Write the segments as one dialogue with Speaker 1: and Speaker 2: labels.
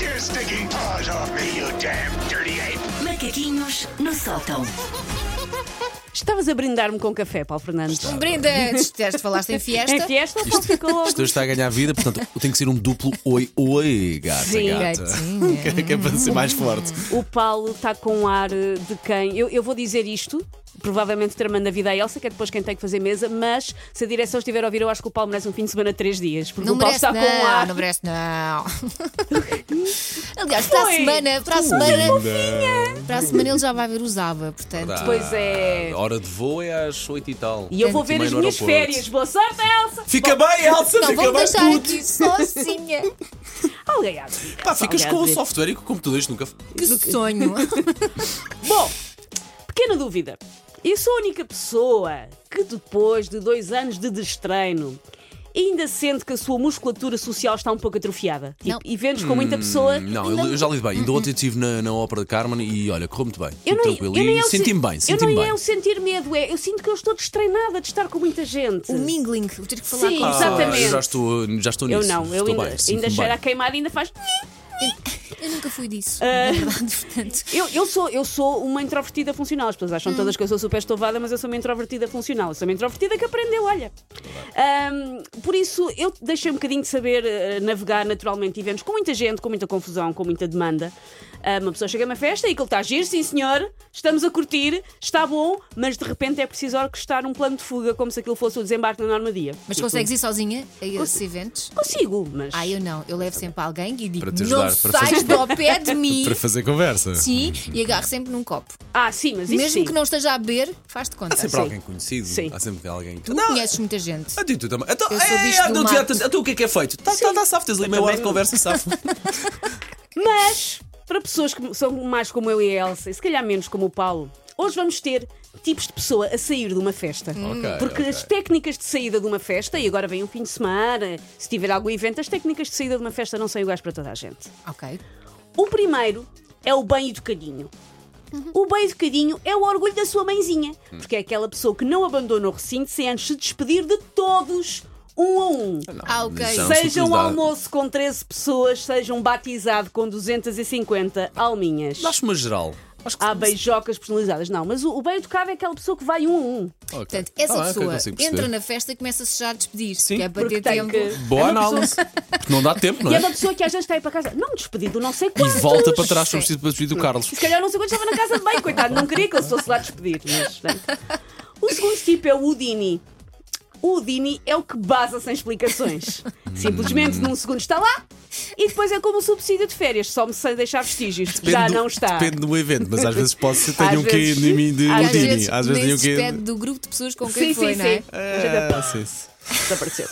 Speaker 1: your stinking paws off me, you damn dirty ape!
Speaker 2: Macaquinhos no sótão.
Speaker 3: Estavas a brindar-me com café, Paulo Fernandes.
Speaker 4: Um brinde, disseste, falaste em fiesta.
Speaker 3: É fiesta ou Paulo ficou logo?
Speaker 5: Isto hoje está a ganhar vida, portanto, tem que ser um duplo oi, oi, gata,
Speaker 3: Sim,
Speaker 5: gata.
Speaker 4: gatinha.
Speaker 5: Que é- que é para ser mais forte.
Speaker 3: O Paulo está com um ar eh, de quem. Eu, eu vou dizer isto, provavelmente tramando a vida à Elsa, que é depois quem tem que fazer mesa, mas se a direção estiver a ouvir, eu acho que o Paulo merece um fim de semana de três dias, porque
Speaker 4: Não
Speaker 3: o Paulo
Speaker 4: merece,
Speaker 3: está com um
Speaker 4: não,
Speaker 3: ar.
Speaker 4: não merece, não. Aliás, para a
Speaker 3: Foi.
Speaker 4: semana, para a semana,
Speaker 5: Linda.
Speaker 4: para a semana ele já vai ver os ABA, portanto.
Speaker 3: Pois é.
Speaker 5: A hora de voo é às 8 e tal.
Speaker 3: E eu vou ver
Speaker 5: Também
Speaker 3: as
Speaker 5: no
Speaker 3: minhas
Speaker 5: aeroporto.
Speaker 3: férias. Boa sorte, Elsa!
Speaker 5: Fica bem, Elsa,
Speaker 4: Não,
Speaker 5: fica
Speaker 4: vou
Speaker 5: bem
Speaker 4: deixar
Speaker 5: tudo.
Speaker 4: aqui sozinha.
Speaker 3: Alguém há de ficar,
Speaker 5: Pá, ficas
Speaker 3: alguém há
Speaker 5: com o
Speaker 3: de ver.
Speaker 5: software e com o computador, isto nunca.
Speaker 4: Que sonho.
Speaker 3: Bom, pequena dúvida. Eu sou a única pessoa que depois de dois anos de destreino ainda sente que a sua musculatura social está um pouco atrofiada. Tipo,
Speaker 4: Não.
Speaker 3: eventos com muita pessoa.
Speaker 5: Hum, Não, eu, eu já lido bem. Ainda ontem estive na, na ópera de Carmen e olha, correu muito bem.
Speaker 3: Eu não, eu
Speaker 5: tranquilo.
Speaker 3: nem
Speaker 5: e
Speaker 3: é o
Speaker 5: senti-me
Speaker 3: se-
Speaker 5: bem, senti-me
Speaker 3: Eu não
Speaker 5: bem.
Speaker 3: é o sentir medo, é. Eu sinto que eu estou destreinada de estar com muita gente.
Speaker 4: O mingling, o ter que falar
Speaker 3: Sim,
Speaker 4: com
Speaker 3: exato.
Speaker 4: pessoas.
Speaker 3: exatamente.
Speaker 5: eu Ah, já estou, já estou
Speaker 3: Eu
Speaker 5: nisso.
Speaker 3: não, eu
Speaker 5: estou
Speaker 3: ainda,
Speaker 5: bem, sinto-me
Speaker 3: ainda
Speaker 5: bem.
Speaker 3: cheiro a queimada e ainda faz.
Speaker 4: Eu nunca fui disso,
Speaker 3: Ah.
Speaker 4: na verdade, portanto.
Speaker 3: Eu, eu sou, eu sou uma introvertida funcional. As pessoas
Speaker 4: Hum.
Speaker 3: acham todas que eu sou super estovada, mas eu sou uma introvertida funcional. Eu sou uma introvertida que aprendeu, olha. Ahm, por isso, eu deixei um bocadinho de saber eh, navegar naturalmente eventos com muita gente, com muita confusão, com muita demanda. Ah, uma pessoa chega a uma festa e aquilo está a giro, sim senhor, estamos a curtir, está bom, mas de repente é preciso orquestrar um plano de fuga, como se aquilo fosse o desembarque na Normandia.
Speaker 4: Mas
Speaker 3: Tipo,
Speaker 4: consegues ir sozinha a esses eventos?
Speaker 3: Consigo, mas.
Speaker 4: Ah, eu não. Eu levo sempre alguém e digo:
Speaker 5: Para te
Speaker 4: não
Speaker 5: ajudar, para
Speaker 4: sais
Speaker 5: fazer-
Speaker 4: do pé de mim.
Speaker 5: Para fazer conversa.
Speaker 4: Sim, e agarro sempre num copo.
Speaker 3: Ah, sim, mas isso
Speaker 4: Mesmo
Speaker 3: sim.
Speaker 4: que não esteja a beber, faz-te conta.
Speaker 5: Há sempre
Speaker 3: Sim.
Speaker 5: alguém conhecido.
Speaker 3: Sim.
Speaker 5: Há sempre alguém que.
Speaker 4: Tu conheces muita gente.
Speaker 5: Ah, tu também. Então,
Speaker 4: Eu sou bicho do
Speaker 5: então,
Speaker 4: mato.
Speaker 5: teatro, então o que é que é feito? Está tá, tá safo, tens ali meia hora de
Speaker 3: também-
Speaker 5: conversa safo.
Speaker 3: Mas, para pessoas que são mais como eu e a Elsa, e se calhar menos como o Paulo, hoje vamos ter tipos de pessoa a sair de uma festa.
Speaker 5: Hum. Ok,
Speaker 3: Porque
Speaker 5: ok.
Speaker 3: as técnicas de saída de uma festa, e agora vem um fim de semana, se tiver algum evento, as técnicas de saída de uma festa não são iguais para toda a gente.
Speaker 5: Ah,
Speaker 4: Ok.
Speaker 3: O primeiro é o bem educadinho. O bem educadinho é o orgulho da sua mãezinha,
Speaker 5: Hum.
Speaker 3: porque é aquela pessoa que não abandona o recinto sem antes se despedir de todos, um a um.
Speaker 4: Ah, ok.
Speaker 5: Mas já- Não,
Speaker 3: Seja um
Speaker 5: simplicidade.
Speaker 3: almoço com 13 pessoas, seja um batizado com 250 alminhas.
Speaker 5: Dás-me uma geral. Acho que
Speaker 3: Há beijocas personalizadas. Não, mas o, o bem educado é aquela pessoa que vai um a um.
Speaker 5: Ok.
Speaker 4: Portanto, essa
Speaker 5: Ah, ok,
Speaker 4: pessoa
Speaker 5: consigo perceber.
Speaker 4: entra na festa e começa-se já a despedir.
Speaker 5: Sim,
Speaker 4: que é para
Speaker 3: Porque
Speaker 4: ter
Speaker 3: tem
Speaker 4: tempo.
Speaker 3: que.
Speaker 5: Boa análise. Porque não dá tempo, não
Speaker 3: E é
Speaker 5: é?
Speaker 3: uma pessoa que às vezes está aí para casa. Não, despedido, não sei
Speaker 5: E
Speaker 3: quantos.
Speaker 5: volta para trás, sou preciso para despedir do Carlos.
Speaker 3: E se calhar não sei quantos estava na casa de bem, coitado. Não queria que ele se fosse lá despedir. Mas, pronto. o segundo tipo é o Houdini. O Houdini é o que baza sem explicações.
Speaker 5: Hum.
Speaker 3: Simplesmente num segundo está lá e depois é como o subsídio de férias, só me sem deixar vestígios. Já
Speaker 5: Depende do-
Speaker 3: não está.
Speaker 5: Depende do evento, mas às vezes pode ser.
Speaker 3: Às
Speaker 5: Tenho um quê
Speaker 3: vezes-
Speaker 5: de mim de
Speaker 3: às
Speaker 4: Às
Speaker 5: Houdini.
Speaker 4: vezes,
Speaker 5: Às vezes
Speaker 4: nem
Speaker 5: tenho um
Speaker 4: se
Speaker 5: quê.
Speaker 4: despede do grupo de pessoas com
Speaker 3: Sim,
Speaker 4: quem foi,
Speaker 3: sim,
Speaker 4: não é?
Speaker 3: sim.
Speaker 5: Ah, sim, sim.
Speaker 3: Desapareceu.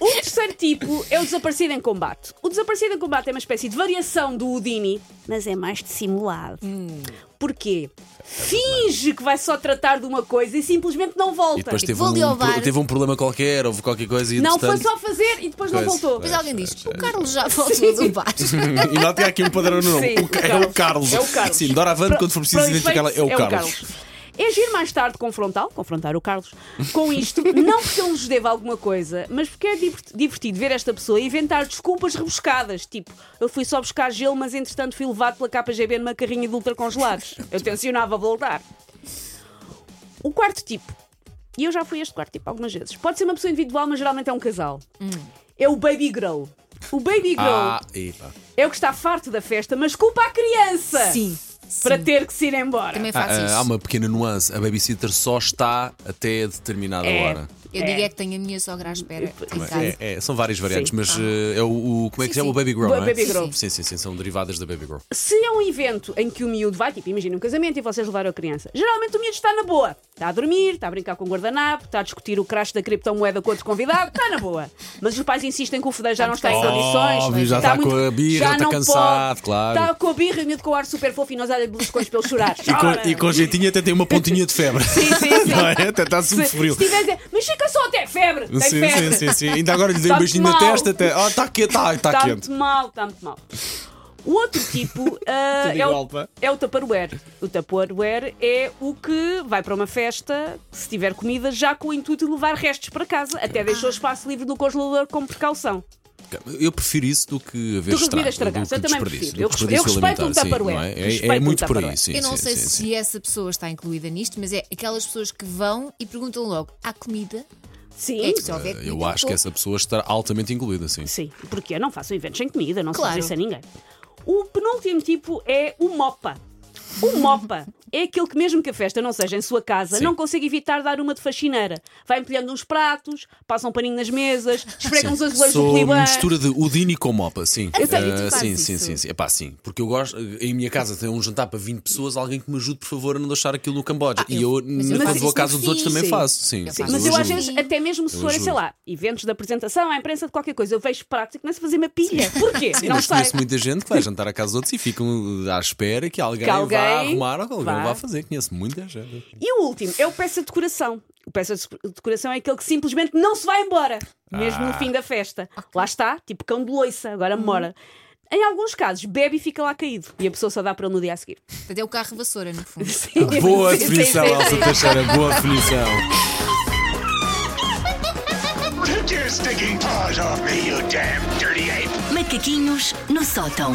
Speaker 3: O terceiro tipo é o desaparecido em combate. O desaparecido em combate é uma espécie de variação do Houdini, mas é mais dissimulado. Porquê? Finge que vai só tratar de uma coisa e simplesmente não
Speaker 5: E
Speaker 3: volta. Tipo,
Speaker 5: depois teve
Speaker 4: Vou ali ao
Speaker 5: um,
Speaker 4: bar.
Speaker 5: teve um problema qualquer, houve qualquer coisa e
Speaker 3: Não, foi
Speaker 5: entretanto-
Speaker 3: só fazer e depois não
Speaker 5: Pois,
Speaker 3: voltou.
Speaker 4: Mas
Speaker 5: pois.
Speaker 4: alguém diz: o Carlos já voltou do bar.
Speaker 5: E nota que há aqui um padrão no nome.
Speaker 3: Sim,
Speaker 5: O- é o Carlos.
Speaker 3: É o Carlos.
Speaker 5: Sim, doravante,
Speaker 3: Para-
Speaker 5: quando for preciso
Speaker 3: para
Speaker 5: identificá-la, é o
Speaker 3: efeitos,
Speaker 5: Carlos.
Speaker 3: É agir mais tarde confrontá-lo, confrontar o Carlos, com isto, não porque ele nos deva alguma coisa, mas porque é divert- divertido ver esta pessoa inventar desculpas rebuscadas, tipo, eu fui só buscar gelo, mas entretanto fui levado pela KGB numa carrinha de ultracongelados. Eu tencionava voltar. O quarto tipo, e eu já fui este quarto tipo algumas vezes, pode ser uma pessoa individual, mas geralmente é um casal. É o Baby Grow. O Baby Grow
Speaker 5: Ah, epa.
Speaker 3: é o que está farto da festa, mas culpa a criança
Speaker 4: Sim.
Speaker 3: para ter que se ir embora.
Speaker 4: Também
Speaker 5: Ah,
Speaker 4: faço
Speaker 5: ah,
Speaker 4: isso.
Speaker 5: há uma pequena nuance. A babysitter só está até a determinada
Speaker 3: É.
Speaker 5: hora.
Speaker 4: Eu digo é que tenho a minha sogra à espera. em casa.
Speaker 5: É, é, são várias variantes,
Speaker 3: Sim. Ah.
Speaker 5: mas eh, é o, o- Como é
Speaker 4: Sim,
Speaker 5: que se chama? O
Speaker 4: sim.
Speaker 5: Baby Grow,
Speaker 3: Ba-
Speaker 5: não é?
Speaker 3: Baby Grow.
Speaker 5: Sim, sim, sim. São derivadas da Baby Grow.
Speaker 3: Se é um evento em que o miúdo vai, tipo, imagina um casamento e vocês levaram a criança, geralmente o miúdo está na boa. Está a dormir, está a brincar com o guardanapo, está a discutir o crash da criptomoeda com outro convidado, está na boa. Mas os pais insistem que o fudeiro já não está em condições.
Speaker 5: Óbvio, já está com a birra,
Speaker 3: já
Speaker 5: está
Speaker 3: não
Speaker 5: cansado,
Speaker 3: pode,
Speaker 5: claro.
Speaker 3: Está com a birra e o miúdo com o ar super fofo e nós olha beliscões para ele chorar. Chora.
Speaker 5: jeitinho até tem uma pontinha de febre.
Speaker 3: Sim, sim, sim.
Speaker 5: é? Até está
Speaker 3: Se, se tiver a dizer, mas fica só até febre, tem
Speaker 5: Sim,
Speaker 3: febre.
Speaker 5: sim, sim, sim. Ainda agora lhe dei um
Speaker 3: Está
Speaker 5: beijinho na
Speaker 3: mal.
Speaker 5: testa. Até... Ah, está quente, está está
Speaker 3: Está
Speaker 5: quente.
Speaker 3: Tá muito mal, está muito mal. O outro tipo ah,
Speaker 5: Tudo
Speaker 3: é,
Speaker 5: igual,
Speaker 3: o,
Speaker 5: pá.
Speaker 3: é o Tupperware. O Tupperware é o que vai para uma festa, se tiver
Speaker 5: Ah.
Speaker 3: comida, já com o intuito de levar restos para casa. Até deixa o espaço livre no congelador como precaução.
Speaker 5: Eu prefiro isso do que haver
Speaker 3: Do que comida
Speaker 5: estrago,
Speaker 3: estragada.
Speaker 5: do que
Speaker 3: Eu também
Speaker 5: desperdício,
Speaker 3: prefiro.
Speaker 5: do que
Speaker 3: Eu respeito-
Speaker 5: desperdício
Speaker 3: eu respeito um
Speaker 5: alimentar, sim,
Speaker 3: Tupperware.
Speaker 5: não é? É- É,
Speaker 3: Respeito um
Speaker 5: muito por aí,
Speaker 3: Tupperware.
Speaker 5: sim.
Speaker 4: Eu não
Speaker 5: sim,
Speaker 4: sei
Speaker 5: sim,
Speaker 4: se
Speaker 5: sim.
Speaker 4: essa pessoa está incluída nisto, mas é aquelas pessoas que vão e perguntam logo: há comida?
Speaker 3: Sim.
Speaker 4: É que se houver comida.
Speaker 5: Eh, Eu acho que
Speaker 4: como.
Speaker 5: essa pessoa está altamente incluída, sim.
Speaker 3: Sim, porque eu não faço eventos sem comida, não
Speaker 4: Claro.
Speaker 3: claro. isso a ninguém. O penúltimo tipo é o mopa. O mopa é aquele que, mesmo que a festa não seja em sua casa,
Speaker 5: Sim.
Speaker 3: não consegue evitar dar uma de faxineira. Vai empilhando uns pratos, passa um paninho nas mesas, esfrega uns azulejos do
Speaker 5: Sou uma
Speaker 3: Poliban.
Speaker 5: mistura de Udini com Mopa, sim.
Speaker 4: A sério,
Speaker 5: Ah,
Speaker 4: tu fazes
Speaker 5: sim,
Speaker 4: isso?
Speaker 5: sim, sim, sim. Epá, sim. Porque eu gosto, em minha casa tem um jantar para 20 pessoas, alguém que me ajude, por favor, a não deixar aquilo no Camboja. e
Speaker 4: Ah, eu-
Speaker 5: eu,
Speaker 4: mas eu
Speaker 5: quando
Speaker 4: faço
Speaker 5: vou à
Speaker 4: isso
Speaker 5: casa
Speaker 4: no
Speaker 5: dos outros,
Speaker 4: fim,
Speaker 5: também
Speaker 4: sim.
Speaker 5: faço. Sim,
Speaker 4: Eu
Speaker 5: sim,
Speaker 4: faço
Speaker 3: Mas
Speaker 4: Eu
Speaker 3: eu às
Speaker 5: ajudo.
Speaker 4: ajudo.
Speaker 3: vezes, até mesmo se
Speaker 5: Eu
Speaker 3: forem, sei
Speaker 5: ajudo.
Speaker 3: lá, eventos da apresentação, à imprensa de qualquer coisa, eu vejo pratos e começo a fazer uma pilha. Porquê?
Speaker 5: Sim,
Speaker 3: não
Speaker 5: mas
Speaker 3: sai.
Speaker 5: conheço muita gente que vai jantar à casa dos outros e ficam à espera que alguém,
Speaker 3: Que alguém
Speaker 5: vá arrumar ou que alguém
Speaker 3: vá.
Speaker 5: vá fazer. Conheço muita gente.
Speaker 3: E o último é o peça de decoração. O peça de decoração é aquele que simplesmente não se vai embora, mesmo no fim da festa. Lá está, tipo cão de loiça, agora mora. Em alguns casos, bebe e fica lá caído. E a pessoa só dá para ele no dia a seguir.
Speaker 4: Portanto, é o carro vassoura, no fundo.
Speaker 5: Boa
Speaker 3: Sim, sim,
Speaker 5: definição,
Speaker 3: sim,
Speaker 5: Elsa
Speaker 3: sim.
Speaker 5: Teixeira, boa definição.
Speaker 1: Take your stinking paws off me, you damn dirty ape!
Speaker 2: Macaquinhos no sótão.